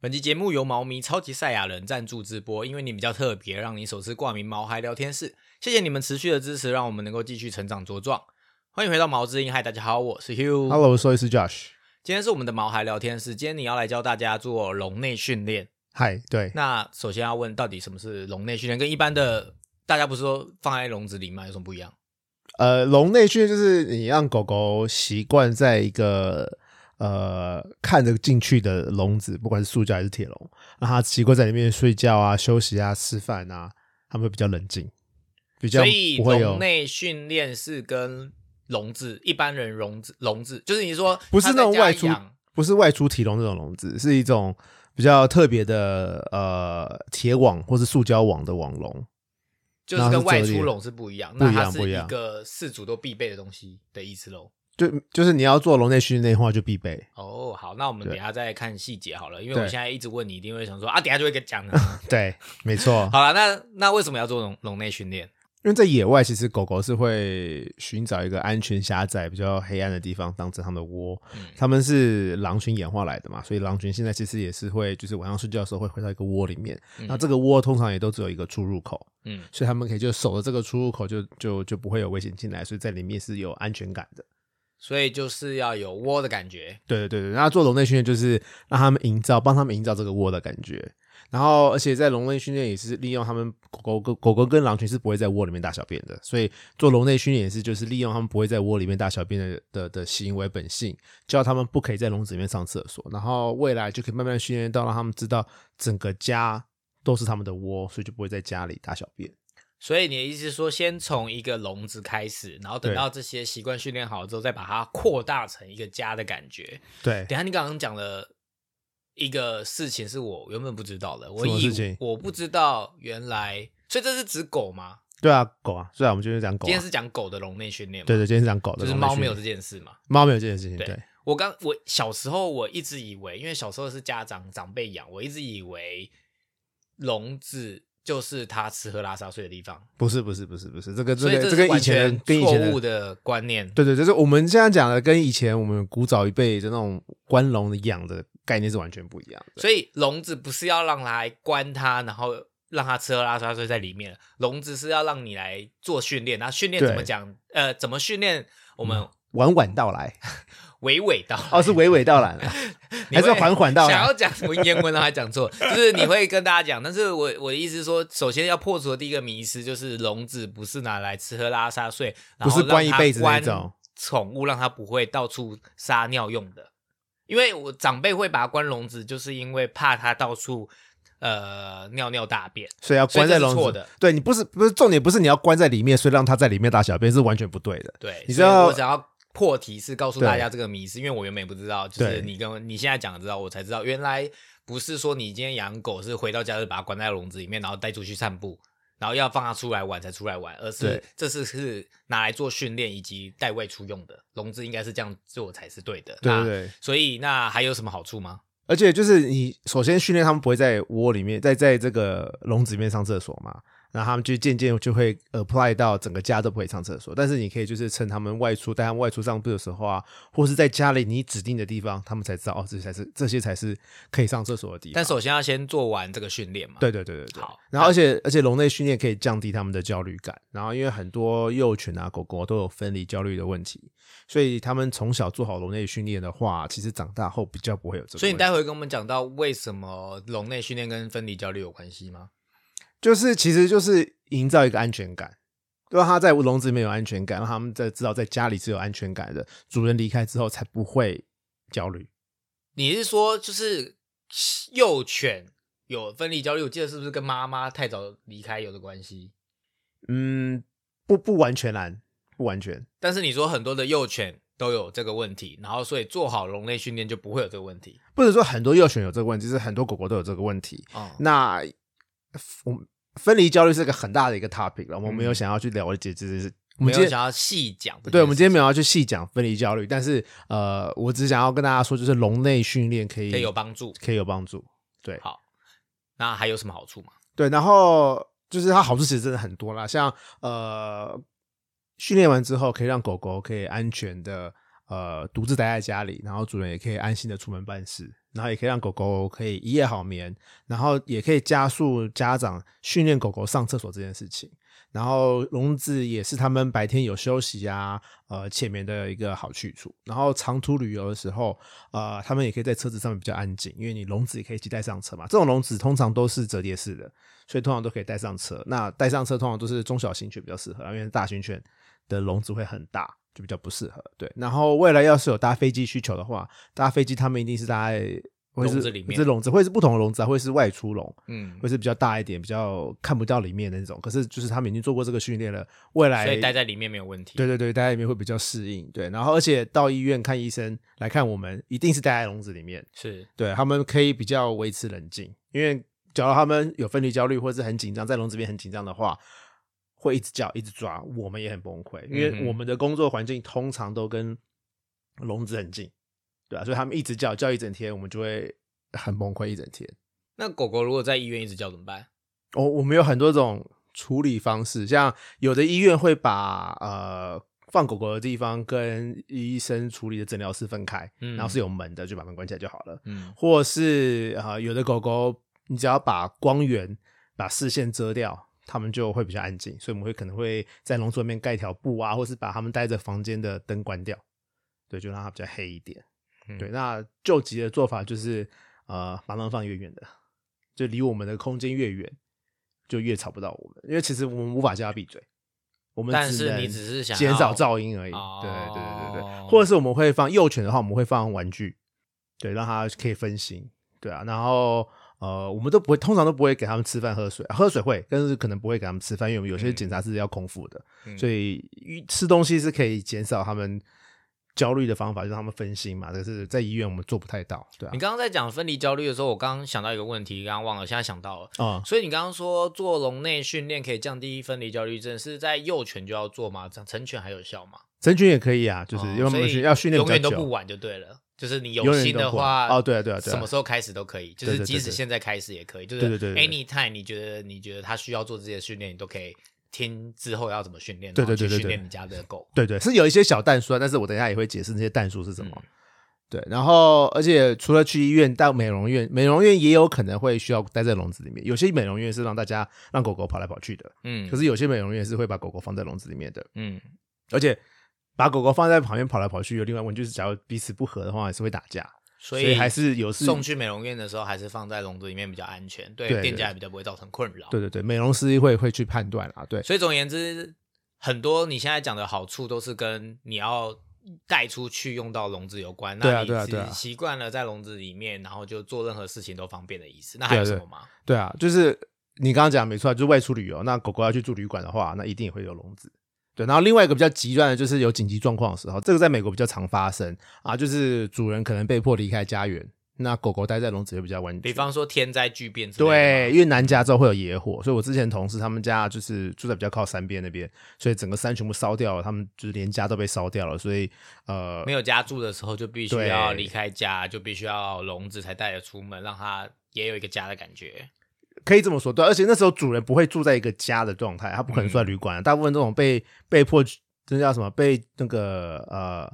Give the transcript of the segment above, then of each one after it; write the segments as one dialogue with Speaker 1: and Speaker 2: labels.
Speaker 1: 本集节目由毛迷超级赛亚人赞助直播，因为你比较特别，让你首次挂名毛孩聊天室。谢谢你们持续的支持，让我们能够继续成长茁壮。欢迎回到毛之音，嗨，大家好，我是 Hugh。
Speaker 2: Hello，我是 Josh。
Speaker 1: 今天是我们的毛孩聊天室，今天你要来教大家做笼内训练。
Speaker 2: 嗨，对，
Speaker 1: 那首先要问，到底什么是笼内训练？跟一般的大家不是说放在笼子里吗？有什么不一样？
Speaker 2: 呃，笼内训练就是你让狗狗习惯在一个呃看着进去的笼子，不管是塑胶还是铁笼，让它习惯在里面睡觉啊、休息啊、吃饭啊，它们会比较冷静，比较
Speaker 1: 所以
Speaker 2: 不会有
Speaker 1: 笼内训练是跟笼子一般人笼子笼子，就是你说
Speaker 2: 不是
Speaker 1: 他在
Speaker 2: 那种
Speaker 1: 家
Speaker 2: 外出
Speaker 1: 养
Speaker 2: 不是外出提笼这种笼子，是一种比较特别的呃铁网或是塑胶网的网笼。
Speaker 1: 就是跟外
Speaker 2: 然后是折
Speaker 1: 出
Speaker 2: 叠
Speaker 1: 笼是不一样，
Speaker 2: 不
Speaker 1: 那
Speaker 2: 一样
Speaker 1: 它是
Speaker 2: 不一
Speaker 1: 一
Speaker 2: 样
Speaker 1: 个四组都必备的东西的意思喽。
Speaker 2: 就就是你要做笼内训练的话，就必备。
Speaker 1: 哦，好，那我们等
Speaker 2: 对
Speaker 1: 一下再看细节好了，因为我
Speaker 2: 对
Speaker 1: 现在一直问你，一定会想说啊，等一下就会跟讲的。
Speaker 2: 对，没错。
Speaker 1: 好了，那那为什么要做笼笼内训练？
Speaker 2: 因为在野外，其实狗狗是会寻找一个安全、狭窄、比较黑暗的地方当成它们的窝。
Speaker 1: 嗯
Speaker 2: 它们是狼群演化来的嘛，所以狼群现在其实也是会，就是晚上睡觉的时候会回到一个窝里面。
Speaker 1: 嗯
Speaker 2: 那这个窝通常也都只有一个出入口，
Speaker 1: 嗯，
Speaker 2: 所以它们可以就守着这个出入口就，就就不会有危险进来，所以在里面是有安全感的。
Speaker 1: 所以就是要有窝的感觉，
Speaker 2: 对对对对，那做笼内训练就是让他们营造，帮他们营造这个窝的感觉。然后，而且在笼内训练也是利用他们狗狗狗狗狗跟狼群是不会在窝里面大小便的，所以做笼内训练也是就是利用他们不会在窝里面大小便的的的行为本性，教他们不可以在笼子里面上厕所，然后未来就可以慢慢训练到让他们知道整个家都是他们的窝，所以就不会在家里大小便。
Speaker 1: 所以你的意思是说，先从一个笼子开始，然后等
Speaker 2: 对
Speaker 1: 到这些习惯训练好之后，再把它扩大成一个家的感觉。
Speaker 2: 对
Speaker 1: 等一下你刚刚讲了一个事情，是我原本不知道的，我
Speaker 2: 什么
Speaker 1: 以
Speaker 2: 事情
Speaker 1: 我不知道原来，所以这是指狗吗？
Speaker 2: 对啊，狗啊，虽然我们今天讲狗、
Speaker 1: 今天
Speaker 2: 啊，
Speaker 1: 是讲狗的笼内训练吗？
Speaker 2: 对对，今天是讲狗的
Speaker 1: 就
Speaker 2: 笼内
Speaker 1: 是
Speaker 2: 训练，
Speaker 1: 猫没有这件事嘛。
Speaker 2: 猫没有这件事情，
Speaker 1: 对
Speaker 2: 对
Speaker 1: 我刚我小时候我一直以为，因为小时候是家长长辈养，我一直以为笼子就是它吃喝拉撒睡的地方。
Speaker 2: 不是不是不是不是，这个这
Speaker 1: 所以
Speaker 2: 个
Speaker 1: 是
Speaker 2: 个以
Speaker 1: 完
Speaker 2: 前
Speaker 1: 全
Speaker 2: 的跟以前
Speaker 1: 错
Speaker 2: 的
Speaker 1: 误的观念。
Speaker 2: 对对，就是我们现在讲的跟以前我们古早一辈的那种关笼的养的概念是完全不一样的。
Speaker 1: 所以笼子不是要让它来关它，然后让它吃喝拉撒睡在里面，笼子是要让你来做训练。那训练
Speaker 2: 对
Speaker 1: 怎么讲？呃，怎么训练？我们
Speaker 2: 晚晚到来，
Speaker 1: 娓娓道
Speaker 2: 哦，是娓娓道来 啊，
Speaker 1: 你会
Speaker 2: 还是要缓缓到
Speaker 1: 想要
Speaker 2: 来？
Speaker 1: 讲文言文，然后还讲错，就是你会跟大家讲。但是我我的意思是说，首先要破除的第一个迷思就是笼子不是拿来吃喝拉撒睡，然后
Speaker 2: 不是关一辈子
Speaker 1: 让
Speaker 2: 那
Speaker 1: 它
Speaker 2: 种
Speaker 1: 关宠物，让它不会到处撒尿用的。因为我长辈会把它关笼子，就是因为怕它到处呃尿尿大便。
Speaker 2: 所以要关
Speaker 1: 所
Speaker 2: 在
Speaker 1: 以这是
Speaker 2: 笼
Speaker 1: 错
Speaker 2: 子
Speaker 1: 的。
Speaker 2: 对你不是不是重点，不是你要关在里面，所以让它在里面大小便是完全不对的。
Speaker 1: 对，
Speaker 2: 你
Speaker 1: 所
Speaker 2: 知
Speaker 1: 以
Speaker 2: 道
Speaker 1: 我想要破题是告诉
Speaker 2: 对
Speaker 1: 大家这个迷思，因为我原本也不知道，就是
Speaker 2: 对
Speaker 1: 你跟我你现在讲的知道，我才知道原来不是说你今天养狗是回到家就把它关在笼子里面，然后带出去散步，然后要放它出来玩才出来玩，而是
Speaker 2: 对
Speaker 1: 这是是拿来做训练以及带外出用的，笼子应该是这样做才是对啊的。
Speaker 2: 对
Speaker 1: 那
Speaker 2: 对对，
Speaker 1: 所以那还有什么好处吗？
Speaker 2: 而且就是你首先训练他们不会在窝里面，在在这个笼子里面上厕所嘛，然后他们就渐渐就会 apply 到整个家都不会上厕所。但是你可以就是趁他们外出，带他们外出上步的时候啊，或是在家里你指定的地方，他们才知道哦，这才是这些才是可以上厕所的地方。
Speaker 1: 但首先要先做完这个训练嘛。
Speaker 2: 对对对对对。
Speaker 1: 好
Speaker 2: 然后而且而且笼内训练可以降低他们的焦虑感，然后因为很多幼犬啊狗狗都有分离焦虑的问题，所以他们从小做好笼内训练的话，其实长大后比较不会有这个问题。
Speaker 1: 所以你待会跟我们讲到为什么笼内训练跟分离焦虑有关系吗？
Speaker 2: 就是其实就是营造一个安全感，让他在笼子里面有安全感，让他们在知道在家里是有安全感的，主人离开之后才不会焦虑。
Speaker 1: 你是说就是幼犬有分离焦虑？我记得是不是跟妈妈太早离开有的关系？
Speaker 2: 嗯，不不完全然，不完全。
Speaker 1: 但是你说很多的幼犬都有这个问题，然后所以做好笼内训练就不会有这个问题
Speaker 2: 不能说很多幼犬有这个问题，是很多狗狗都有这个问题。
Speaker 1: 哦。
Speaker 2: 那我分离焦虑是个很大的一个 topic 了，我们没有
Speaker 1: 嗯
Speaker 2: 想要去了解这件事。我
Speaker 1: 没
Speaker 2: 们今
Speaker 1: 有
Speaker 2: 天
Speaker 1: 想要细讲这件事情，
Speaker 2: 对，我们今天没有要去细讲分离焦虑，但是呃，我只想要跟大家说，就是笼内训练可以
Speaker 1: 可以有帮助。
Speaker 2: 可以有帮助。对，
Speaker 1: 好，那还有什么好处吗？
Speaker 2: 对，然后就是它好处其实真的很多啦，像呃，训练完之后可以让狗狗可以安全的呃独自待在家里，然后主人也可以安心的出门办事，然后也可以让狗狗可以一夜好眠，然后也可以加速家长训练狗狗上厕所这件事情。然后笼子也是他们白天有休息啊，呃，浅眠的一个好去处。然后长途旅游的时候，呃，他们也可以在车子上面比较安静，因为你笼子也可以一起带上车嘛。这种笼子通常都是折叠式的，所以通常都可以带上车。那带上车通常都是中小型犬比较适合，因为大型犬的笼子会很大，就比较不适合。对，然后未来要是有搭飞机需求的话，搭飞机他们一定是搭在会是
Speaker 1: 笼子里面
Speaker 2: 是笼子，会是不同的笼子啊，会是外出笼，
Speaker 1: 嗯，
Speaker 2: 会是比较大一点，比较看不到里面的那种。可是就是他们已经做过这个训练了，未来
Speaker 1: 所以待在里面没有问题。
Speaker 2: 对对对，待在里面会比较适应。对，然后而且到医院看医生来看我们，一定是待在笼子里面，
Speaker 1: 是
Speaker 2: 对他们可以比较维持冷静，因为假如他们有分离焦虑或是很紧张，在笼子里面很紧张的话。会一直叫，一直抓，我们也很崩溃，因
Speaker 1: 嗯
Speaker 2: 为
Speaker 1: 哼
Speaker 2: 我们的工作环境通常都跟笼子很近，对啊，所以他们一直叫，叫一整天，我们就会很崩溃一整天。
Speaker 1: 那狗狗如果在医院一直叫怎么办？
Speaker 2: 哦我我们有很多种处理方式，像有的医院会把呃放狗狗的地方跟医生处理的诊疗室分开，
Speaker 1: 嗯
Speaker 2: 然后是有门的，就把门关起来就好了。
Speaker 1: 嗯，
Speaker 2: 或是呃有的狗狗，你只要把光源、把视线遮掉，它们就会比较安静，所以我们会可能会在笼子外面盖一条布啊，或是把它们待在房间的灯关掉，对，就让它比较黑一点。
Speaker 1: 嗯
Speaker 2: 对，那救急的做法就是呃把它们放越远的，就离我们的空间越远，就越吵不到我们，因为其实我们无法叫它闭嘴。我们
Speaker 1: 但
Speaker 2: 只
Speaker 1: 是你
Speaker 2: 能
Speaker 1: 只是想
Speaker 2: 减少
Speaker 1: 要
Speaker 2: 噪音而已。
Speaker 1: 哦
Speaker 2: 对对对对对，或者是我们会放幼犬的话，我们会放玩具，对，让它可以分心，对啊。然后呃，我们都不会，通常都不会给他们吃饭喝水，啊喝水会，但是可能不会给他们吃饭，因为我们有些
Speaker 1: 嗯
Speaker 2: 检查是要空腹的，
Speaker 1: 嗯
Speaker 2: 所以吃东西是可以减少他们焦虑的方法，就让他们分心嘛。但是在医院我们做不太到，对啊
Speaker 1: 你。刚刚在讲分离焦虑的时候，我刚刚想到一个问题，刚刚忘了，现在想到了。
Speaker 2: 啊、
Speaker 1: 所以你刚刚说做笼内训练可以降低分离焦虑症，是在幼犬就要做吗？成成犬还有效吗？
Speaker 2: 成犬也可以啊，就是
Speaker 1: 哦
Speaker 2: 因为我们
Speaker 1: 所以
Speaker 2: 要训练
Speaker 1: 永
Speaker 2: 比
Speaker 1: 远
Speaker 2: 较
Speaker 1: 都
Speaker 2: 久，
Speaker 1: 不晚就对了。就是你有
Speaker 2: 永远
Speaker 1: 心
Speaker 2: 都
Speaker 1: 的
Speaker 2: 不晚
Speaker 1: 话，
Speaker 2: 哦对啊对啊对啊
Speaker 1: 什么时候开始都可以，就
Speaker 2: 对
Speaker 1: 是
Speaker 2: 对对
Speaker 1: 即使
Speaker 2: 对
Speaker 1: 现在开始也可以，就是
Speaker 2: 对对对对
Speaker 1: anytime 你觉得你觉得他需要做这些训练，你都可以听之后要怎么训练，
Speaker 2: 对对
Speaker 1: 然后去
Speaker 2: 对对
Speaker 1: 训
Speaker 2: 对
Speaker 1: 练你家的狗。
Speaker 2: 对对，是有一些小蛋书啊，但是我等一下也会解释那些蛋书是什么。
Speaker 1: 嗯
Speaker 2: 对，然后而且除了去医院，到美容院，美容院也有可能会需要待在笼子里面。有些美容院是让大家让狗狗跑来跑去的，
Speaker 1: 嗯，
Speaker 2: 可是有些美容院是会把狗狗放在笼子里面的，
Speaker 1: 嗯，
Speaker 2: 而且把狗狗放在旁边跑来跑去。有另外一个问题就是，假如彼此不合的话，也是会打架，
Speaker 1: 所
Speaker 2: 所
Speaker 1: 以
Speaker 2: 还是有是
Speaker 1: 送去美容院的时候，还是放在笼子里面比较安全，对
Speaker 2: 对对
Speaker 1: 店家也比较不会造成困扰。
Speaker 2: 对对对，美容师会会去判断啊，对。
Speaker 1: 所以总而言之，很多你现在讲的好处都是跟你要带出去用到笼子有关。
Speaker 2: 对啊
Speaker 1: 那
Speaker 2: 对啊
Speaker 1: 你
Speaker 2: 对啊
Speaker 1: 只习惯了在笼子里面，然后就做任何事情都方便的意思。那还有
Speaker 2: 对
Speaker 1: 什
Speaker 2: 对
Speaker 1: 么吗？
Speaker 2: 对啊，就是你刚刚讲没错啊，就是外出旅游，那狗狗要去住旅馆的话，那一定也会有笼子。对，然后另外一个比较极端的就是有紧急状况的时候，这个在美国比较常发生啊，就是主人可能被迫离开家园，那狗狗待在笼子会比较安全。
Speaker 1: 比方说天灾巨变之类的
Speaker 2: 对，
Speaker 1: 吗，
Speaker 2: 因为南加州会有野火，所以我之前同事他们家就是住在比较靠山边那边，所以整个山全部烧掉了，他们就是连家都被烧掉了，所以呃，
Speaker 1: 没有家住的时候就必须
Speaker 2: 对
Speaker 1: 要离开家，就必须要笼子才带着出门，让它也有一个家的感觉。
Speaker 2: 可以这么说，对，而且那时候主人不会住在一个家的状态，他不可能住在旅
Speaker 1: 嗯
Speaker 2: 馆啊、大部分这种被被迫，这叫什么？被那个呃，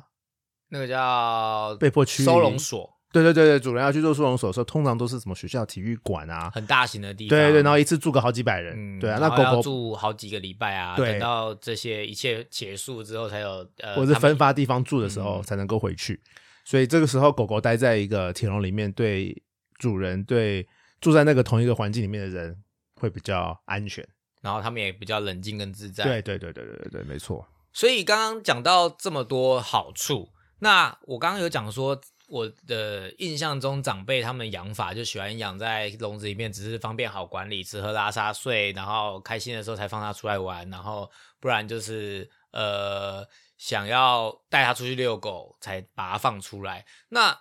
Speaker 1: 那个叫
Speaker 2: 被迫驱离
Speaker 1: 收容所，
Speaker 2: 对对对对，主人要去做收容所的时候，通常都是什么学校体育馆啊，
Speaker 1: 很大型的地方。
Speaker 2: 对对，然后一次住个好几百人，
Speaker 1: 嗯，
Speaker 2: 对啊，
Speaker 1: 然
Speaker 2: 那
Speaker 1: 后
Speaker 2: 狗
Speaker 1: 要
Speaker 2: 狗
Speaker 1: 住好几个礼拜啊，
Speaker 2: 对
Speaker 1: 等到这些一切结束之后才有呃，
Speaker 2: 或者是
Speaker 1: 他们
Speaker 2: 分发地方住的时候
Speaker 1: 嗯
Speaker 2: 才能够回去，所以这个时候狗狗待在一个铁笼里面，对主人对住在那个同一个环境里面的人会比较安全。
Speaker 1: 然后他们也比较冷静跟自在。
Speaker 2: 对，对对对对对对，没错。
Speaker 1: 所以刚刚讲到这么多好处，那我刚刚有讲说。我的印象中，长辈他们养法就喜欢养在笼子里面，只是方便好管理，吃喝拉撒睡，然后开心的时候才放它出来玩，然后不然就是呃想要带它出去遛狗才把它放出来。那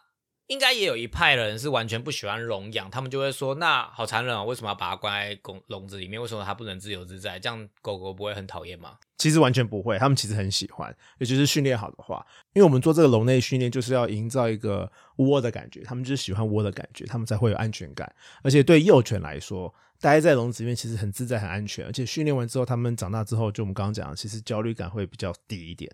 Speaker 1: 应该也有一派人是完全不喜欢笼养，他们就会说：“那好残忍哦，为什么要把它关在笼笼子里面？为什么它不能自由自在？这样狗狗不会很讨厌吗？”
Speaker 2: 其实完全不会，他们其实很喜欢，尤其是训练好的话，因为我们做这个笼内训练就是要营造一个窝的感觉，他们就是喜欢窝的感觉，他们才会有安全感。而且对幼犬来说，待在笼子里面其实很自在、很安全，而且训练完之后，他们长大之后，就我们刚刚讲的，其实焦虑感会比较低一点。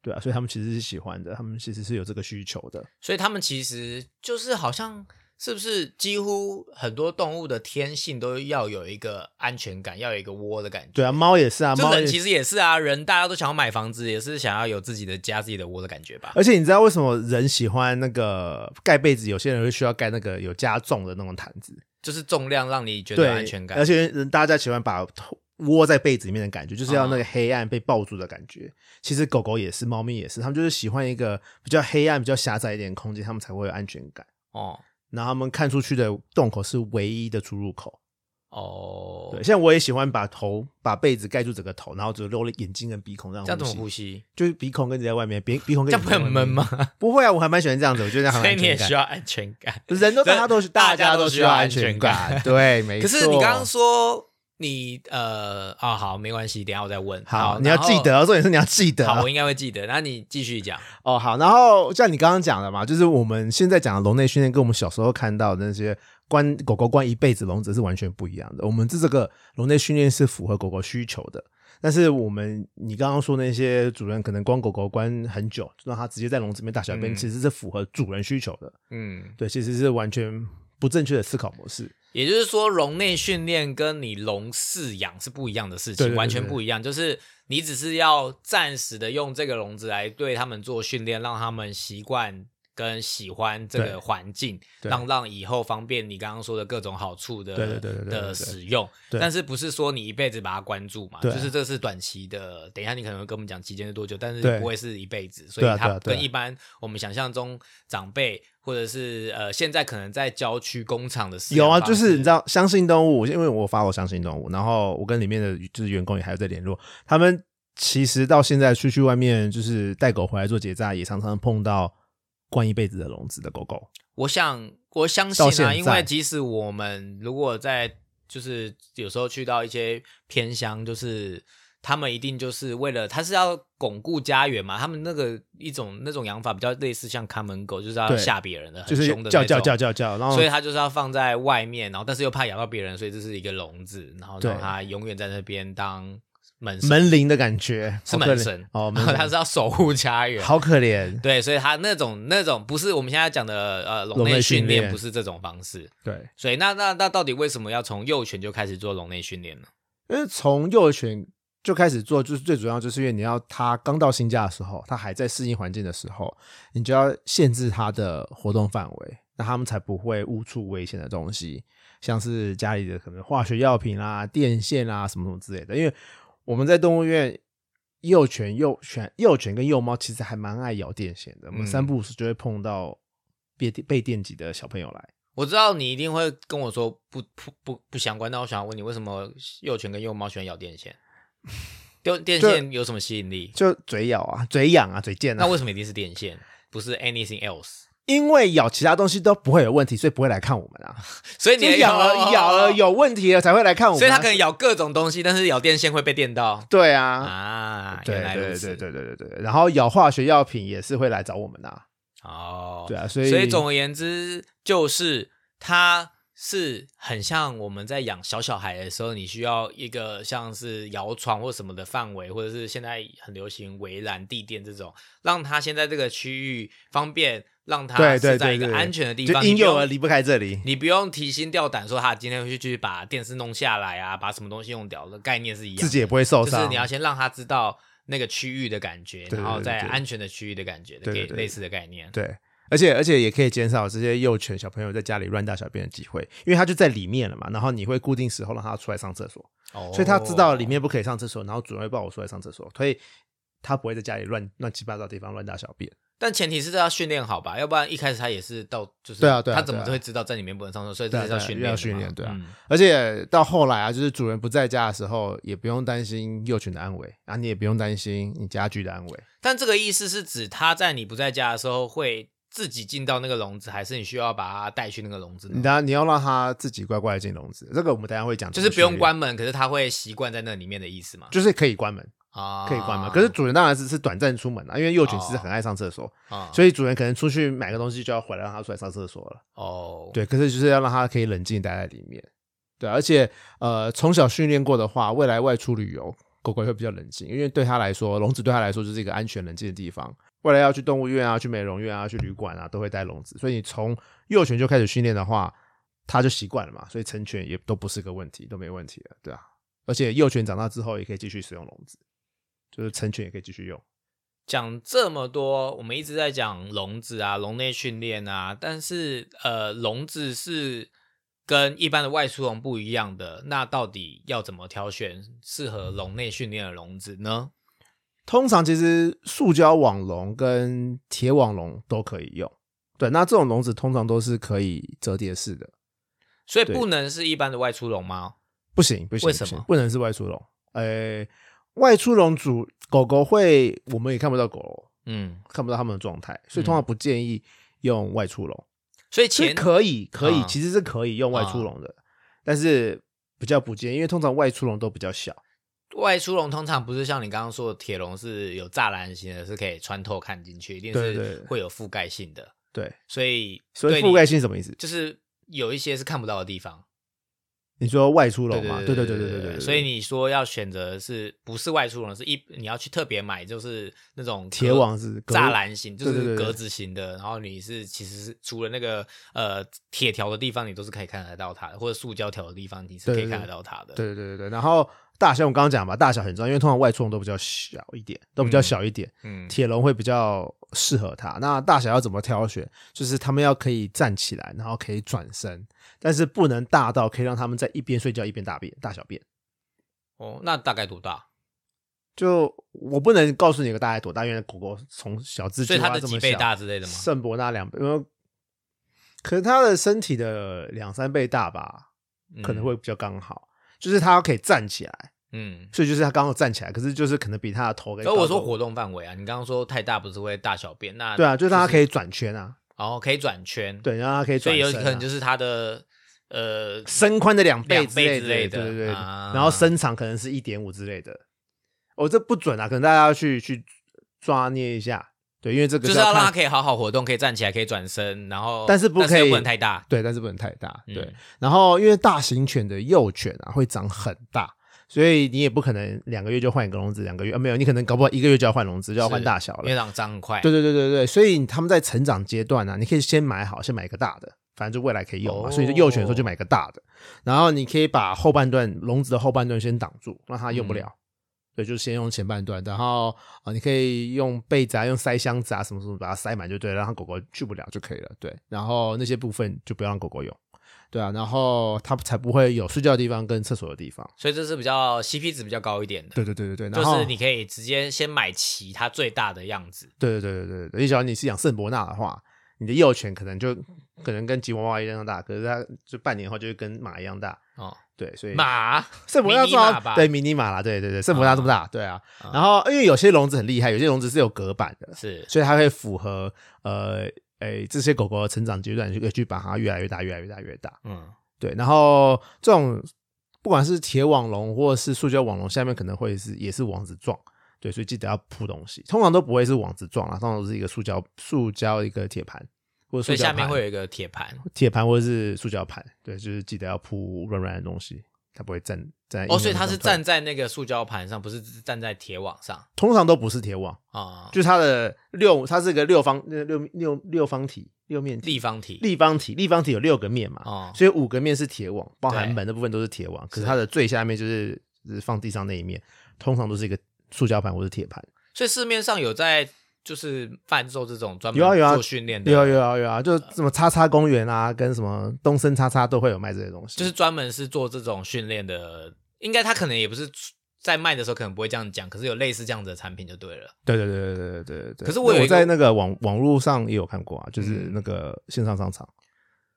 Speaker 2: 对啊，所以他们其实是喜欢的，他们其实是有这个需求的。
Speaker 1: 所以他们其实就是好像是不是几乎很多动物的天性都要有一个安全感，要有一个窝的感觉。
Speaker 2: 对啊，猫也是啊，
Speaker 1: 就
Speaker 2: 猫
Speaker 1: 人
Speaker 2: 也
Speaker 1: 其实也是啊，人大家都想要买房子，也是想要有自己的家、自己的窝的感觉吧。
Speaker 2: 而且你知道为什么人喜欢那个盖被子？有些人会需要盖那个有加重的那种毯子，
Speaker 1: 就是重量让你觉
Speaker 2: 对，
Speaker 1: 得安全感
Speaker 2: 而。且人大家喜欢把头窝在被子里面的感觉，就是要那个黑暗被抱住的感觉。其实狗狗也是，猫咪也是，它们就是喜欢一个比较黑暗、比较狭窄一点的空间，它们才会有安全感。
Speaker 1: 哦
Speaker 2: 然后它们看出去的洞口是唯一的出入口。
Speaker 1: 哦，
Speaker 2: 对，像我也喜欢把头把被子盖住整个头，然后只露了眼睛跟鼻孔让
Speaker 1: 这样怎么
Speaker 2: 呼
Speaker 1: 呼
Speaker 2: 吸，
Speaker 1: 吸？
Speaker 2: 就是鼻孔跟人在外面，鼻鼻孔
Speaker 1: 这
Speaker 2: 跟
Speaker 1: 样不会很闷？吗？
Speaker 2: 不会啊，我还蛮喜欢这样子，我觉得这样 很
Speaker 1: 所以你也
Speaker 2: 安全感
Speaker 1: 需要安全感。
Speaker 2: 人都大家都是
Speaker 1: 大家
Speaker 2: 家
Speaker 1: 都
Speaker 2: 都
Speaker 1: 需
Speaker 2: 需
Speaker 1: 要
Speaker 2: 要
Speaker 1: 安
Speaker 2: 安
Speaker 1: 全
Speaker 2: 全
Speaker 1: 感
Speaker 2: 感，对，没
Speaker 1: 可
Speaker 2: 错。
Speaker 1: 是你刚刚说你呃啊好，没关系，等一下我再问。
Speaker 2: 好，你要
Speaker 1: 然后
Speaker 2: 记得哦，重点是你要记得
Speaker 1: 好，
Speaker 2: 哦
Speaker 1: 我应该会记得。那你继续讲。
Speaker 2: 哦。好，然后像你刚刚讲的嘛，就是我们现在讲的笼内训练，跟我们小时候看到的那些关狗狗关一辈子笼子是完全不一样的。我们这这个笼内训练是符合狗狗需求的。但是我们，你刚刚说那些主人可能关狗狗关很久，就让它直接在笼子里面大小便，
Speaker 1: 嗯
Speaker 2: 其实是符合主人需求的。
Speaker 1: 嗯，
Speaker 2: 对，其实是完全不正确的思考模式。
Speaker 1: 也就是说，笼内训练跟你笼饲养是不一样的事情，
Speaker 2: 对对对
Speaker 1: 完全不一样。就是你只是要暂时的用这个笼子来对他们做训练，让他们习惯跟喜欢这
Speaker 2: 对
Speaker 1: 个环境，
Speaker 2: 对
Speaker 1: 让让以后方便你刚刚说的各种好处的
Speaker 2: 对对对对对对
Speaker 1: 的
Speaker 2: 对
Speaker 1: 使用。
Speaker 2: 对
Speaker 1: 但是不是说你一辈子把它关住嘛？
Speaker 2: 对
Speaker 1: 就是这是短期的。等一下你可能会跟我们讲期间是多久，但是
Speaker 2: 对
Speaker 1: 不会是一辈子，所
Speaker 2: 对
Speaker 1: 以
Speaker 2: 啊对
Speaker 1: 它
Speaker 2: 啊对啊
Speaker 1: 跟一般我们想象中长辈。或者是呃，现在可能在郊区工厂的饲养
Speaker 2: 有啊，
Speaker 1: 方
Speaker 2: 就是
Speaker 1: 式
Speaker 2: 你知道，相信动物，因为我发我相信动物，然后我跟里面的就是员工也还有在联络，他们其实到现在出去外面就是带狗回来做结扎，也常常碰到关一辈子的笼子的狗狗。
Speaker 1: 我想，我相
Speaker 2: 到
Speaker 1: 信
Speaker 2: 现
Speaker 1: 啊，
Speaker 2: 在
Speaker 1: 因为即使我们如果在就是有时候去到一些偏乡，就是他们一定就是为了他是要巩固家园嘛，他们那个一种那种养法比较类似像看门狗，就是要
Speaker 2: 对
Speaker 1: 吓别人的，很
Speaker 2: 就是
Speaker 1: 凶的
Speaker 2: 叫
Speaker 1: 那
Speaker 2: 叫
Speaker 1: 种。
Speaker 2: 叫叫叫，然后
Speaker 1: 所以他就是要放在外面，然后但是又怕咬到别人，所以这是一个笼子，然后让
Speaker 2: 对
Speaker 1: 它永远在那边当门神，
Speaker 2: 门铃的感觉
Speaker 1: 是
Speaker 2: 好可
Speaker 1: 门
Speaker 2: 怜
Speaker 1: 神
Speaker 2: 哦，门
Speaker 1: 然后 他
Speaker 2: 神
Speaker 1: 是要守护家园，
Speaker 2: 好可 怜，
Speaker 1: 对，所以他那种那种不是我们现在讲的呃笼
Speaker 2: 笼内
Speaker 1: 内
Speaker 2: 训
Speaker 1: 训练，
Speaker 2: 练
Speaker 1: 不是这种方式。
Speaker 2: 对，
Speaker 1: 所以那那那到底为什么要从幼犬就开始做笼内训练呢？
Speaker 2: 因为从幼儿园就开始做，就是最主要就是因为你要它刚到新家的时候，它还在适应环境的时候，你就要限制它的活动范围，那他们才不会误触危险的东西，像是家里的可能化学药品啦、电线啦什么什么之类的。因为我们在动物园，幼犬、幼犬、幼犬跟幼猫其实还蛮爱咬电线的，我
Speaker 1: 嗯
Speaker 2: 们三不五时就会碰到被被电击的小朋友来。
Speaker 1: 我知道你一定会跟我说不不不不相关，那我想问你，为什么幼犬跟幼猫喜欢咬电 线？丢电
Speaker 2: 就
Speaker 1: 线有什么吸引力？
Speaker 2: 就嘴咬啊，嘴痒啊，嘴贱啊。
Speaker 1: 那为什么一定是电线，不是 anything else？
Speaker 2: 因为咬其他东西都不会有问题，所以不会来看我们啊。
Speaker 1: 所以
Speaker 2: 就
Speaker 1: 你哦
Speaker 2: 是咬了咬了，有问题了才会来看我们啊。
Speaker 1: 所以它可能咬各种东西，但是咬电线会被电到
Speaker 2: 对啊，
Speaker 1: 啊。
Speaker 2: 对
Speaker 1: 原来如
Speaker 2: 对
Speaker 1: 此，
Speaker 2: 对对对对对。然后咬化学药品也是会来找我们的啊。
Speaker 1: 哦，
Speaker 2: 对啊，所以
Speaker 1: 所以总而言之，就是它是很像我们在养小小孩的时候，你需要一个像是摇床或什么的范围，或者是现在很流行围栏、地垫这种，让它先在这个区域方便，让它
Speaker 2: 对对
Speaker 1: 是
Speaker 2: 对
Speaker 1: 在一个
Speaker 2: 对
Speaker 1: 安全的地
Speaker 2: 就
Speaker 1: 方。
Speaker 2: 婴
Speaker 1: 你不
Speaker 2: 幼
Speaker 1: 用
Speaker 2: 儿离不开这里。
Speaker 1: 你不用提心吊胆，说它啊今天会去把电视弄下来啊，把什么东西用掉，的概念是一样的。
Speaker 2: 自己也不会受
Speaker 1: 就是
Speaker 2: 伤。
Speaker 1: 你要先让他知道那个区域的感觉，
Speaker 2: 对
Speaker 1: 然后
Speaker 2: 对对
Speaker 1: 在
Speaker 2: 对
Speaker 1: 安全的区域的感觉，
Speaker 2: 对对
Speaker 1: 给
Speaker 2: 对
Speaker 1: 类似的概念。
Speaker 2: 对，而且而且也可以减少这些幼犬小朋友在家里乱大小便的机会，因为他就在里面了嘛。然后你会固定时候让他出来上厕所，
Speaker 1: 哦
Speaker 2: 所以他知道里面不可以上厕所，然后主人会抱我出来上厕所，所以他不会在家里乱乱七八糟的地方乱大小便。
Speaker 1: 但前提是要训练好吧，要不然一开始他也是到就是
Speaker 2: 对啊对啊
Speaker 1: 他怎么
Speaker 2: 对啊
Speaker 1: 会知道在里面不能上厕所？所以
Speaker 2: 对
Speaker 1: 这
Speaker 2: 啊
Speaker 1: 是要训练的嘛，
Speaker 2: 要训练对啊
Speaker 1: 嗯
Speaker 2: 而且到后来啊，就是主人不在家的时候，也不用担心幼犬的安危啊，你也不用担心你家具的安危。
Speaker 1: 但这个意思是指他在你不在家的时候会自己进到那个笼子，还是你需要把它带去那个笼子呢
Speaker 2: 你当然你要让它自己乖乖的进笼子，这个我们等一下会讲。
Speaker 1: 就是不用，关门，可是他会习惯在那里面的意思嘛？
Speaker 2: 就是可以关门，
Speaker 1: 啊，
Speaker 2: 可以关门。可是主人当然是是短暂出门啊，因为幼犬其实很爱上厕所，
Speaker 1: 啊，
Speaker 2: 所以主人可能出去买个东西就要回来让它出来上厕所了。
Speaker 1: 哦，
Speaker 2: 对，可是就是要让它可以冷静地待在里面。对啊，而且呃，从小训练过的话，未来外出旅游狗狗也会比较冷静，因为对它来说，笼子对它来说就是一个安全冷静的地方。未来要去动物园啊、去美容院啊、去旅馆啊，都会带笼子。所以你从幼犬就开始训练的话，它就习惯了嘛，所以成犬也都不是个问题，都没问题了，对啊。而且幼犬长大之后也可以继续使用笼子，就是成犬也可以继续用。
Speaker 1: 讲这么多，我们一直在讲笼子啊、笼内训练啊，但是呃，笼子是跟一般的外出笼不一样的。那到底要怎么挑选适合笼内训练的笼子呢？
Speaker 2: 通常其实塑胶网笼跟铁网笼都可以用。对，那这种笼子通常都是可以折叠式的，
Speaker 1: 所以
Speaker 2: 对
Speaker 1: 不能是一般的外出笼吗？
Speaker 2: 不行不行，
Speaker 1: 为什么
Speaker 2: 不行不能是外出笼？呃、外出笼主狗狗会，我们也看不到狗狗，
Speaker 1: 嗯，
Speaker 2: 看不到它们的状态，所以通常不建议用外出笼。
Speaker 1: 所以
Speaker 2: 其
Speaker 1: 前
Speaker 2: 实可以可以，
Speaker 1: 啊
Speaker 2: 其实是可以用外出笼的，但是比较不建议，因为通常外出笼都比较小。
Speaker 1: 外出笼通常不是像你刚刚说的铁笼是有栅栏型的，是可以穿透看进去，一定
Speaker 2: 对对
Speaker 1: 是
Speaker 2: 对
Speaker 1: 会有覆盖性的。
Speaker 2: 对，
Speaker 1: 所以
Speaker 2: 所以
Speaker 1: 对你
Speaker 2: 覆盖性是什么意思？
Speaker 1: 就是有一些是看不到的地方。
Speaker 2: 你说外出笼嘛？对对对对对对。
Speaker 1: 所以你说要选择是不是外出笼，是一你要去特别买，就是那种格
Speaker 2: 铁网是格
Speaker 1: 栅栏型，就
Speaker 2: 对对
Speaker 1: 是
Speaker 2: 对对
Speaker 1: 格子型的。然后你是其实是除了那个呃铁条的地方，你都是可以看得到它的，或者塑胶条的地方，你是可
Speaker 2: 对
Speaker 1: 以
Speaker 2: 对
Speaker 1: 看
Speaker 2: 对
Speaker 1: 得到它的。
Speaker 2: 对对对对对。然后大小我刚刚讲嘛，大小很重要，因为通常外出笼都比较小一点，都比较小一点，
Speaker 1: 嗯，
Speaker 2: 铁笼会比较适合它。那大小要怎么挑选？就是它们要可以站起来，然后可以转身，但是不能大到可以让它们在一边睡觉一边大便大小便。
Speaker 1: 哦，那大概多大？
Speaker 2: 就我不能告诉你个大概多大，因为狗狗从小自
Speaker 1: 所
Speaker 2: 己
Speaker 1: 以它的几倍大之类的吗？
Speaker 2: 圣伯纳两倍，呃可能它的身体的两三倍大吧，
Speaker 1: 嗯
Speaker 2: 可能会比较刚好。就是它可以站起来，
Speaker 1: 嗯。嗯
Speaker 2: 所以就是它刚好站起来，可是就是可能比它的头跟
Speaker 1: 所以我说
Speaker 2: 高度
Speaker 1: 活动范围啊，你刚刚说太大不是会大小便？那
Speaker 2: 对啊，就是它可
Speaker 1: 以，
Speaker 2: 以转圈啊，
Speaker 1: 然后可以转圈，，
Speaker 2: 对，然后它可以
Speaker 1: 所
Speaker 2: 转
Speaker 1: 以
Speaker 2: 身啊、
Speaker 1: 有可能就是它的呃
Speaker 2: 身宽的两倍
Speaker 1: 两
Speaker 2: 之
Speaker 1: 倍
Speaker 2: 的，
Speaker 1: 之类的
Speaker 2: 对对对，
Speaker 1: 啊
Speaker 2: 然后身长可能是一点五之类的。哦，这不准啊，可能大家要去去抓捏一下，对，因为这个
Speaker 1: 就是要
Speaker 2: 看
Speaker 1: 让它可以好好活动，可以站起来，可以转身，然后
Speaker 2: 但是不可以
Speaker 1: 又不能太大。
Speaker 2: 对，但是不能太大。
Speaker 1: 嗯
Speaker 2: 对，然后因为大型犬的幼犬啊会长很大，所以你也不可能两个月就换一个笼子，两个月、啊、没有，你可能搞不好一个月就要换笼子，就要换大小
Speaker 1: 因为
Speaker 2: 了。
Speaker 1: 长长很快。
Speaker 2: 对对对对对，所以他们在成长阶段呢、啊，你可以先买好，先买一个大的，反正就未来可以用嘛。
Speaker 1: 哦
Speaker 2: 所以就幼犬的时候就买一个大的，然后你可以把后半段笼子的后半段先挡住，让它用不了。对，就是先用前半段，然后啊、呃你可以用被子啊、用塞箱子啊什么什么把它塞满就对了，让狗狗去不了就可以了。对，然后那些部分就不要让狗狗用。对啊，然后它才不会有睡觉的地方跟厕所的地方。
Speaker 1: 所以这是比较 CP 值比较高一点的，
Speaker 2: 对对对对对，然
Speaker 1: 就
Speaker 2: 后
Speaker 1: 是你可以直接先买齐它最大的样子。
Speaker 2: 对对对对对对，你只要你是养圣伯纳的话，你的幼犬可能
Speaker 1: 嗯
Speaker 2: 就可能跟吉娃娃一样大，可是它就半年后就会跟马一样大。
Speaker 1: 哦，
Speaker 2: 对，所以
Speaker 1: 马
Speaker 2: 圣伯纳
Speaker 1: 迷你马吧
Speaker 2: 对迷你马啦，对对对，圣伯纳这么大，对啊
Speaker 1: 啊。
Speaker 2: 然后因为有些笼子很厉害，有些笼子是有隔板的，
Speaker 1: 是
Speaker 2: 所以它会符合呃诶这些狗狗的成长阶段，就可以去把它越来越大、越来越大、越来越大。
Speaker 1: 嗯，
Speaker 2: 对，然后这种不管是铁网笼或是塑胶网笼，下面可能会是也是网子状，对，所以记得要铺东西，通常都不会是网子状啊，通常都是一个塑胶塑胶一个铁盘或者
Speaker 1: 所
Speaker 2: 塑
Speaker 1: 以
Speaker 2: 胶
Speaker 1: 下面
Speaker 2: 盘
Speaker 1: 会有一个铁盘。
Speaker 2: 铁盘或者是塑胶盘，对，就是记得要铺软软的东西，它不会站站在
Speaker 1: 哦，
Speaker 2: 硬
Speaker 1: 所以
Speaker 2: 的
Speaker 1: 它
Speaker 2: 东
Speaker 1: 是
Speaker 2: 西上
Speaker 1: 站在那个塑胶盘上，不是只是站在铁网上
Speaker 2: 通常都不是铁网，
Speaker 1: 啊。
Speaker 2: 就是它的六，它是一个六方六六六六方体六面体
Speaker 1: 立方体
Speaker 2: 立方体，立方体有六个面嘛，
Speaker 1: 哦
Speaker 2: 所以五个面是铁网，包含
Speaker 1: 对
Speaker 2: 门的部分都是铁网，可
Speaker 1: 是
Speaker 2: 是它的最下面就是就是放地上那一面，通常都是一个塑胶盘或是铁盘。
Speaker 1: 所以市面上有在就是贩售这种专门
Speaker 2: 有啊有啊
Speaker 1: 做训练的，
Speaker 2: 有啊有啊有啊，就什么叉叉公园啊，跟什么东森叉叉都会有卖这些东西。
Speaker 1: 就是专门是做这种训练的。应该他可能也不是在卖的时候可能不会这样讲，可是有类似这样子的产品就对了。
Speaker 2: 对对对对对对对对。
Speaker 1: 可是我有一个
Speaker 2: 我在那个网网络上也有看过啊，就是
Speaker 1: 嗯
Speaker 2: 那个线上商场。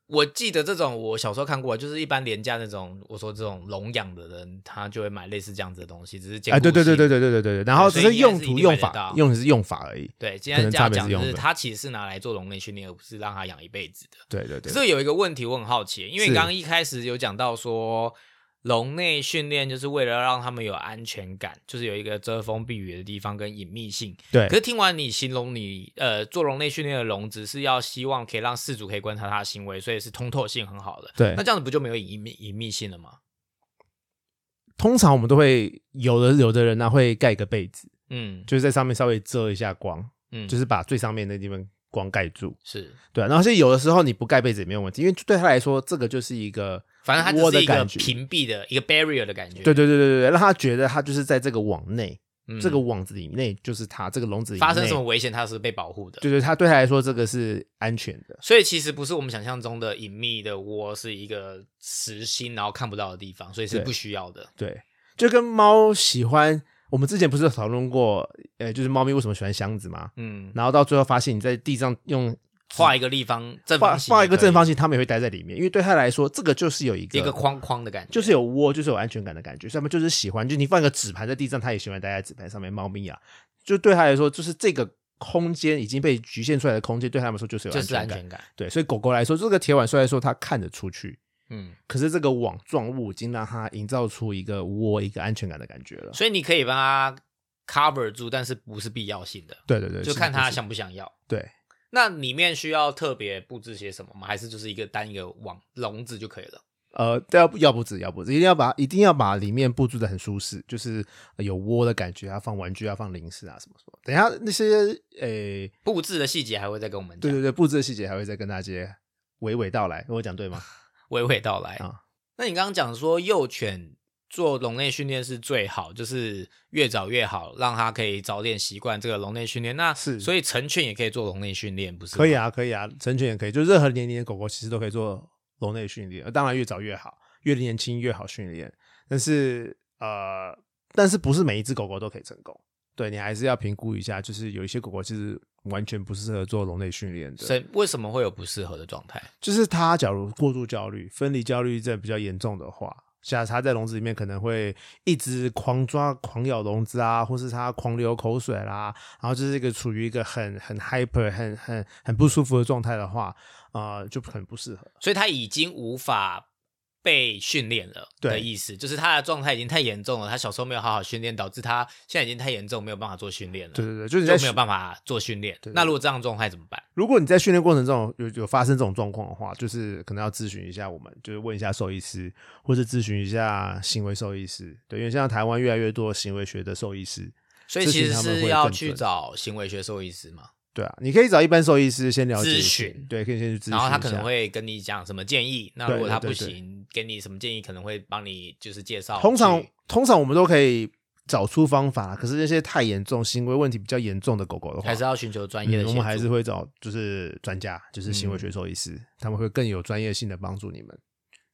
Speaker 1: 我记得这种我小时候看过，就是一般廉价那种，我说这种笼养的人，他就会买类似这样子的东西，只是兼
Speaker 2: 哎，
Speaker 1: 顾
Speaker 2: 对对对
Speaker 1: 性
Speaker 2: 对对对对对，然后只
Speaker 1: 所以
Speaker 2: 是
Speaker 1: 应该
Speaker 2: 用
Speaker 1: 是一定
Speaker 2: 途
Speaker 1: 买
Speaker 2: 用
Speaker 1: 得
Speaker 2: 法
Speaker 1: 到，
Speaker 2: 用的是用法而已。
Speaker 1: 对，今
Speaker 2: 可
Speaker 1: 天
Speaker 2: 能
Speaker 1: 这样
Speaker 2: 差别
Speaker 1: 讲
Speaker 2: 是
Speaker 1: 就
Speaker 2: 用
Speaker 1: 是
Speaker 2: 的
Speaker 1: 他其实是拿来做笼内训练，而不是让他养一辈子的。
Speaker 2: 对对
Speaker 1: 可
Speaker 2: 对。
Speaker 1: 是有一个问题我很好奇，因为
Speaker 2: 是
Speaker 1: 刚刚一开始有讲到说，笼内训练就是为了让他们有安全感，就是有一个遮风避雨的地方跟隐秘性。
Speaker 2: 对
Speaker 1: 可是听完你形容你呃做笼内训练的笼子是要希望可以让饲主可以观察它的行为，所以是通透性很好的。
Speaker 2: 对
Speaker 1: 那这样子不就没有隐秘隐秘性了吗？
Speaker 2: 通常我们都会有的有的人呢、会盖一个被子，
Speaker 1: 嗯
Speaker 2: 就是在上面稍微遮一下光，
Speaker 1: 嗯，
Speaker 2: 就是把最上面那地方光盖住。
Speaker 1: 是，
Speaker 2: 对、啊，然后所以有的时候你不盖被子也没有问题，因为对他来说这个就是一个
Speaker 1: 反正它
Speaker 2: 窝
Speaker 1: 只
Speaker 2: 的
Speaker 1: 是一个
Speaker 2: 感觉
Speaker 1: 屏蔽的一个 barrier 的感觉，
Speaker 2: 对对对对对，对让他觉得他就是在这个网内，
Speaker 1: 嗯
Speaker 2: 这个网子里内就是他这个笼子里
Speaker 1: 发生什么
Speaker 2: 内？
Speaker 1: 危险，它是被保护的。
Speaker 2: 对对，他对他来说这个是安全的。
Speaker 1: 所以其实不是我们想象中的隐秘的窝，是一个实心然后看不到的地方，所以是
Speaker 2: 对
Speaker 1: 不需要的。
Speaker 2: 对，就跟猫喜欢，我们之前不是有讨论过，呃，就是猫咪为什么喜欢箱子吗？
Speaker 1: 嗯，
Speaker 2: 然后到最后发现你在地上用
Speaker 1: 画一个立方正
Speaker 2: 画
Speaker 1: 方形也可以，
Speaker 2: 画一个正方形，它们也会待在里面，因为对它来说，这个就是有一个
Speaker 1: 一个框框的感觉，
Speaker 2: 就是有窝，就是有安全感的感觉。所以它们就是喜欢，就你放一个纸盘在地上，它也喜欢待在纸盘上面。猫咪啊，就对它来说，就是这个空间已经被局限出来的空间，对它们来说就是有
Speaker 1: 就
Speaker 2: 安
Speaker 1: 是
Speaker 2: 全
Speaker 1: 安
Speaker 2: 感。
Speaker 1: 全感。
Speaker 2: 对，所以狗狗来说，这个铁碗虽然说它看得出去，
Speaker 1: 嗯，
Speaker 2: 可是这个网状物已经让它营造出一个窝、一个安全感的感觉了。
Speaker 1: 所以你可以帮它 cover 住，但是不是必要性的，
Speaker 2: 对对对，
Speaker 1: 就是看
Speaker 2: 不
Speaker 1: 它
Speaker 2: 是
Speaker 1: 想不想要。
Speaker 2: 对。
Speaker 1: 那里面需要特别布置些什么吗？还是就是一个单一个网笼子就可以了？
Speaker 2: 呃，都要要不止，要不止，一定要把一定要把里面布置的很舒适，就是呃有窝的感觉啊，放玩具啊，放零食啊，什么什么。等一下那些诶、
Speaker 1: 布置的细节还会再跟我们
Speaker 2: 对
Speaker 1: 讲，
Speaker 2: 对对，布置的细节还会再跟大家娓娓道来。我讲对吗？
Speaker 1: 娓娓道来
Speaker 2: 啊。
Speaker 1: 那你刚刚讲说幼犬做笼内训练是最好，就是越早越好，让它可以早点习惯这个笼内训练。那
Speaker 2: 是
Speaker 1: 所以成犬也可以做笼内训练，不是？
Speaker 2: 可以，啊，可以啊，成犬也可以，就任何年龄的狗狗其实都可以做笼内训练，呃当然越早越好，越年轻越好训练。但是呃，但是不是每一只狗狗都可以成功？对你还是要评估一下，就是有一些狗狗其实完全不适合做笼内训练的。
Speaker 1: 所以为什么会有不适合的状态？
Speaker 2: 就是他假如过度焦虑、分离焦虑症比较严重的话，像他在笼子里面可能会一直狂抓、狂咬笼子啊，或是他狂流口水啦，然后就是一个处于一个很很 hyper、很很很不舒服的状态的话，啊，就很不适合。
Speaker 1: 所以它已经无法。被训练了的
Speaker 2: 对
Speaker 1: 意思，就是它的状态已经太严重了。它小时候没有好好训练，导致它现在已经太严重，没有办法做训练了，
Speaker 2: 对对对，就是
Speaker 1: 就
Speaker 2: 你在
Speaker 1: 没有
Speaker 2: 训
Speaker 1: 办法做训练。
Speaker 2: 对对
Speaker 1: 那如果这样的状态怎么办？
Speaker 2: 如果你在训练过程中有有发生这种状况的话，就是可能要咨询一下我们，就是问一下兽医师，或者咨询一下行为兽医师。对，因为现在台湾越来越多行为学的兽医师，
Speaker 1: 所以其实
Speaker 2: 咨询他们会
Speaker 1: 是
Speaker 2: 更
Speaker 1: 要
Speaker 2: 准
Speaker 1: 去找行为学兽医师嘛，
Speaker 2: 对啊，你可以找一般兽医师先了解一
Speaker 1: 咨
Speaker 2: 下
Speaker 1: 询
Speaker 2: 对，可以先去咨询一下。
Speaker 1: 然后他可能会跟你讲什么建议，那如果他
Speaker 2: 对
Speaker 1: 不
Speaker 2: 对对
Speaker 1: 行，给你什么建议，可能会帮你就是介绍去。
Speaker 2: 通常通常我们都可以找出方法啦，可是那些太严重、行为问题比较严重的狗狗的话，
Speaker 1: 还是要寻求专业的
Speaker 2: 嗯
Speaker 1: 协
Speaker 2: 我
Speaker 1: 助。嗯
Speaker 2: 们还是会找就是专家，就是行为学兽医师，他们会更有专业性的帮助你们。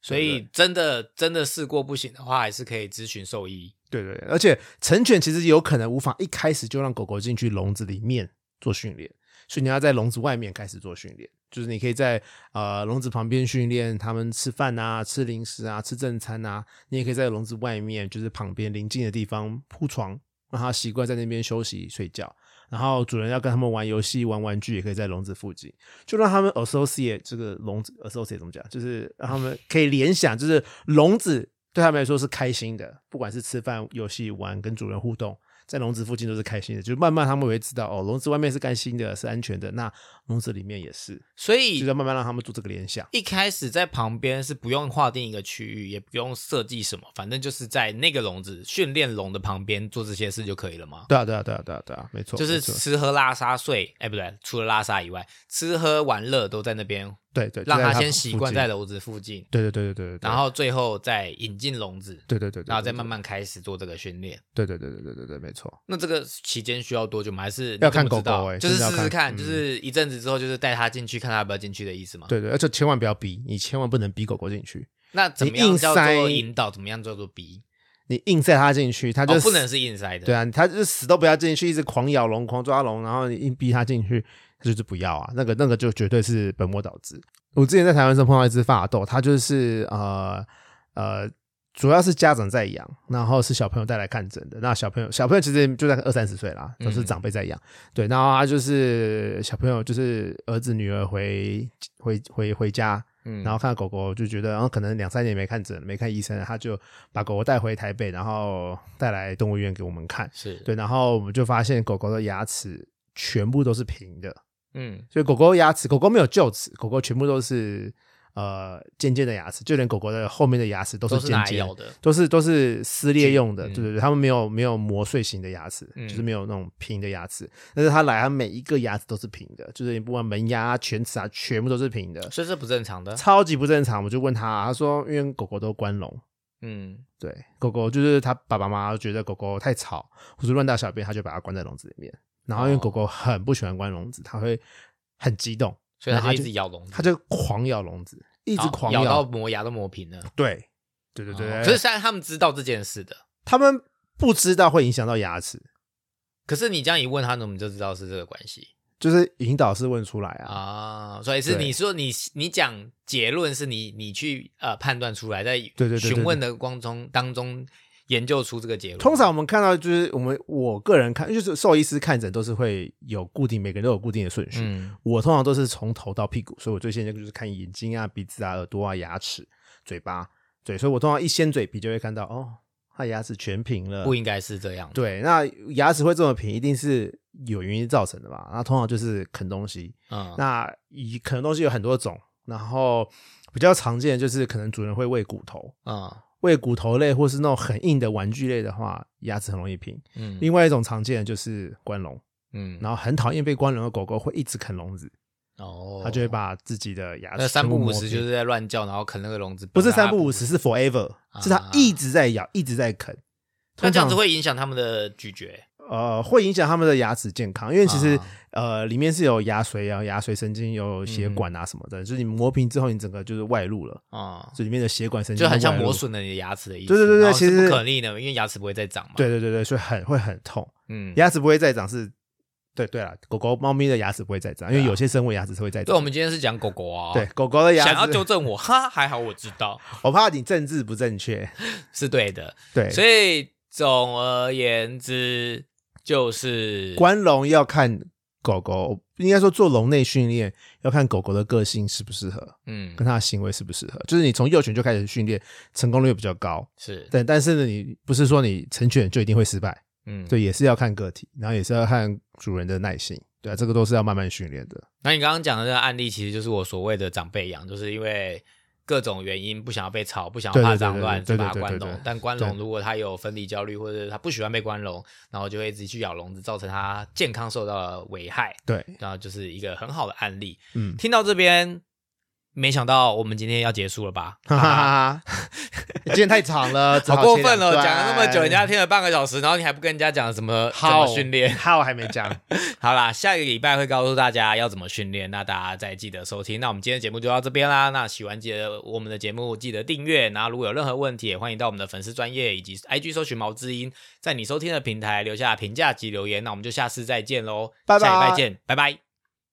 Speaker 1: 所以真的真的试过不行的话，还是可以咨询兽医。
Speaker 2: 对对，对而且成犬其实有可能无法一开始就让狗狗进去笼子里面做训练，所以你要在笼子外面开始做训练。就是你可以在呃笼子旁边训练它们吃饭啊、吃零食啊、吃正餐啊，你也可以在笼子外面，就是旁边临近的地方铺床，让它习惯在那边休息睡觉。然后主人要跟他们玩游戏、玩玩具，也可以在笼子附近，就让他们 associate 这个笼子 associate 怎么讲，就是让他们可以联想，就是笼子对他们来说是开心的，不管是吃饭、游戏、玩、跟主人互动，在笼子附近都是开心的。就慢慢他们会知道，哦，笼子外面是开心的，是安全的，那笼子里面也是，
Speaker 1: 所
Speaker 2: 就
Speaker 1: 以
Speaker 2: 要慢慢让他们做这个联想。
Speaker 1: 一开始在旁边是不用划定一个区域，也不用设计什么，反正就是在那个笼子训练笼的旁边做这些事就可以了吗？
Speaker 2: 对啊，对啊，对啊，对啊，对啊，没错，
Speaker 1: 就是
Speaker 2: 没错
Speaker 1: 吃喝拉撒睡，哎，不对，除了拉撒以外，吃喝玩乐都在那边，
Speaker 2: 对对，就
Speaker 1: 让
Speaker 2: 在
Speaker 1: 他
Speaker 2: 它
Speaker 1: 先
Speaker 2: 附
Speaker 1: 习惯
Speaker 2: 近
Speaker 1: 在笼子附近，
Speaker 2: 对对对对对对，对
Speaker 1: 然后最后再引进笼子。
Speaker 2: 对对对，对
Speaker 1: 然后再慢，
Speaker 2: 对
Speaker 1: 慢开始做这个训练。
Speaker 2: 对对对对对对对，没错。
Speaker 1: 那这个期间需要多久吗？还是你
Speaker 2: 要
Speaker 1: 根
Speaker 2: 看
Speaker 1: 本不知道
Speaker 2: 狗狗欸
Speaker 1: 就是
Speaker 2: 真的要
Speaker 1: 试试看，
Speaker 2: 看嗯
Speaker 1: 就是一阵子之后，就是带它进去，看它要不要进去的意思吗？。
Speaker 2: 对对，而且千万不要逼，你千万不能逼狗狗进去。
Speaker 1: 那怎么
Speaker 2: 你
Speaker 1: 样
Speaker 2: 硬
Speaker 1: 叫做
Speaker 2: 塞
Speaker 1: 引导？怎么样叫做逼？
Speaker 2: 你硬塞它进去，它就
Speaker 1: 哦，
Speaker 2: 死、
Speaker 1: 不能是硬塞的。
Speaker 2: 对啊，它就是死都不要进去，一直狂咬笼、狂抓笼，然后你硬逼它进去，它就是不要啊。那个那个就绝对是本末倒置。我之前在台湾时候碰到一只发豆，它就是呃呃，主要是家长在养，然后是小朋友带来看诊的。那小朋友小朋友其实就在二三十岁啦，都是
Speaker 1: 嗯
Speaker 2: 长辈在养。对，然后他就是小朋友就是儿子女儿回回回回家，
Speaker 1: 嗯
Speaker 2: 然后看到狗狗就觉得，然后可能两三年没看诊，没看医生，他就把狗狗带回台北，然后带来动物医院给我们看。
Speaker 1: 是，
Speaker 2: 对，然后我们就发现狗狗的牙齿全部都是平的，
Speaker 1: 嗯
Speaker 2: 所以狗狗牙齿，狗狗没有臼齿，狗狗全部都是呃尖尖的牙齿，就连狗狗的后面的牙齿都
Speaker 1: 都
Speaker 2: 是
Speaker 1: 是
Speaker 2: 尖
Speaker 1: 拿来
Speaker 2: 尖
Speaker 1: 咬，的，
Speaker 2: 都是都是撕裂用的，
Speaker 1: 嗯
Speaker 2: 对对对，他们没有没有磨碎型的牙齿，
Speaker 1: 嗯
Speaker 2: 就是没有那种平的牙齿，但是它来，它每一个牙齿都是平的，就是你不管门牙啊、犬齿啊，全部都是平的，
Speaker 1: 所以这不正常的。
Speaker 2: 超级不正常。我就问他，他说因为狗狗都关笼，
Speaker 1: 嗯，
Speaker 2: 对，狗狗就是他爸爸妈妈觉得狗狗太吵或是乱大小便，他就把它关在笼子里面。然后因为
Speaker 1: 哦
Speaker 2: 狗狗很不喜欢关笼子，它会很激动，
Speaker 1: 所以
Speaker 2: 然后
Speaker 1: 他
Speaker 2: 它
Speaker 1: 就一
Speaker 2: 就
Speaker 1: 直咬笼子，
Speaker 2: 它就狂咬笼子，一直
Speaker 1: 咬
Speaker 2: 狂
Speaker 1: 嗯哦咬到磨牙都磨平了。
Speaker 2: 对，对对对。
Speaker 1: 哦可是虽然他们知道这件事的，
Speaker 2: 他们不知道会影响到牙齿，
Speaker 1: 可是你这样一问他，我们就知道是这个关系
Speaker 2: 就是引导式问出来啊。
Speaker 1: 啊。所以是
Speaker 2: 对
Speaker 1: 你说你你讲结论是你你去呃判断出来，在
Speaker 2: 对对对
Speaker 1: 询问的光中当中研究出这个结论。
Speaker 2: 通常我们看到就是我们我个人看，就是兽医师看诊都是会有固定，每个人都有固定的顺序。
Speaker 1: 嗯
Speaker 2: 我通常都是从头到屁股，所以我最先就是看眼睛啊、鼻子啊、耳朵啊、牙齿、嘴巴，对，所以我通常一掀嘴皮就会看到，哦，他牙齿全平了
Speaker 1: 不。应该是这样。
Speaker 2: 呃对，那牙齿会这么平，一定是有原因造成的吧？那通常就是啃东西，
Speaker 1: 嗯，
Speaker 2: 那以啃的东西有很多种，然后比较常见的就是可能主人会喂骨头，
Speaker 1: 嗯
Speaker 2: 喂骨头类或是那种很硬的玩具类的话，牙齿很容易平。
Speaker 1: 嗯
Speaker 2: 另外一种常见的就是关笼，
Speaker 1: 嗯，
Speaker 2: 然后很讨厌被关笼的狗狗会一直啃笼子，
Speaker 1: 哦，
Speaker 2: 它就会把自己的牙齿
Speaker 1: 那三不
Speaker 2: 全部
Speaker 1: 五
Speaker 2: 磨
Speaker 1: 时
Speaker 2: 平
Speaker 1: 就是在乱叫，然后啃那个笼子，
Speaker 2: 不是
Speaker 1: 把它
Speaker 2: 三不五时，是 forever，、
Speaker 1: 啊
Speaker 2: 是它一直在咬，一直在啃。
Speaker 1: 那
Speaker 2: 通
Speaker 1: 这样
Speaker 2: 常
Speaker 1: 子会影响他们的咀嚼。
Speaker 2: 呃会影响它们的牙齿健康，因为其实、
Speaker 1: 啊
Speaker 2: 呃里面是有牙髓啊、牙髓神经、有
Speaker 1: 嗯
Speaker 2: 血管啊什么的，就是你磨平之后，你整个就是外露了，
Speaker 1: 啊、
Speaker 2: 所以里面的血管神经
Speaker 1: 就很像
Speaker 2: 外露
Speaker 1: 磨。损了你的牙齿的意思。
Speaker 2: 对对对对
Speaker 1: 然后是
Speaker 2: 其实
Speaker 1: 不可逆的，因为牙齿不会再长嘛。，
Speaker 2: 对对对对，所以很会很痛，
Speaker 1: 嗯，
Speaker 2: 牙齿不会再长是。对对了，狗狗、猫咪的牙齿不会再长，因为
Speaker 1: 对啊
Speaker 2: 有些生物牙齿是会再
Speaker 1: 对，我
Speaker 2: 长。
Speaker 1: 们今天是讲狗狗啊、
Speaker 2: 对，狗狗的牙齿，
Speaker 1: 想要纠正我， 哈，还好我知道
Speaker 2: 我怕你政治不正确。
Speaker 1: 是对的。
Speaker 2: 对，
Speaker 1: 所以总而言之，就是
Speaker 2: 关笼要看狗狗，应该说做笼内训练要看狗狗的个性适不适合，
Speaker 1: 嗯
Speaker 2: 跟它的行为适不适合。就是你从幼犬就开始训练，成功率比较高。
Speaker 1: 是
Speaker 2: 但但是呢，你不是说你成犬就一定会失败，
Speaker 1: 嗯。
Speaker 2: 对，也是要看个体，然后也是要看主人的耐心，对啊，这个都是要慢慢训练的。
Speaker 1: 那你刚刚讲的这个案例，其实就是我所谓的长辈养，就是因为各种原因不想要被吵，不想要
Speaker 2: 对对
Speaker 1: 怕
Speaker 2: 对
Speaker 1: 脏
Speaker 2: 对
Speaker 1: 乱，
Speaker 2: 对
Speaker 1: 就
Speaker 2: 对
Speaker 1: 把它
Speaker 2: 对
Speaker 1: 关
Speaker 2: 对
Speaker 1: 笼
Speaker 2: 对。
Speaker 1: 但关笼
Speaker 2: 对
Speaker 1: 如果他有分离焦虑，或者他不喜欢被关笼，然后就会一直去咬笼子，造成他健康受到了危害。
Speaker 2: 对，
Speaker 1: 然后就是一个很好的案例。
Speaker 2: 嗯，
Speaker 1: 听到这边，没想到我们今天要结束了 吧？
Speaker 2: 哈哈哈， 今天太 长了，只
Speaker 1: 好过分了，
Speaker 2: 切
Speaker 1: 讲
Speaker 2: 两段
Speaker 1: 了那么久，人家听了半个小时，然后你还不跟人家讲什么怎
Speaker 2: 好
Speaker 1: 么训练？
Speaker 2: 好还没讲，
Speaker 1: 好啦，下一个礼拜会告诉大家要怎么训练，那大家再记得收听。那我们今天的节目就到这边啦。那喜欢记得我们的节目，记得订阅。然后如果有任何问题，也欢迎到我们的粉丝专业以及 IG 搜寻毛知音，在你收听的平台留下评价及留言。那我们就下次再见喽，
Speaker 2: 拜拜
Speaker 1: 下礼拜见，拜拜。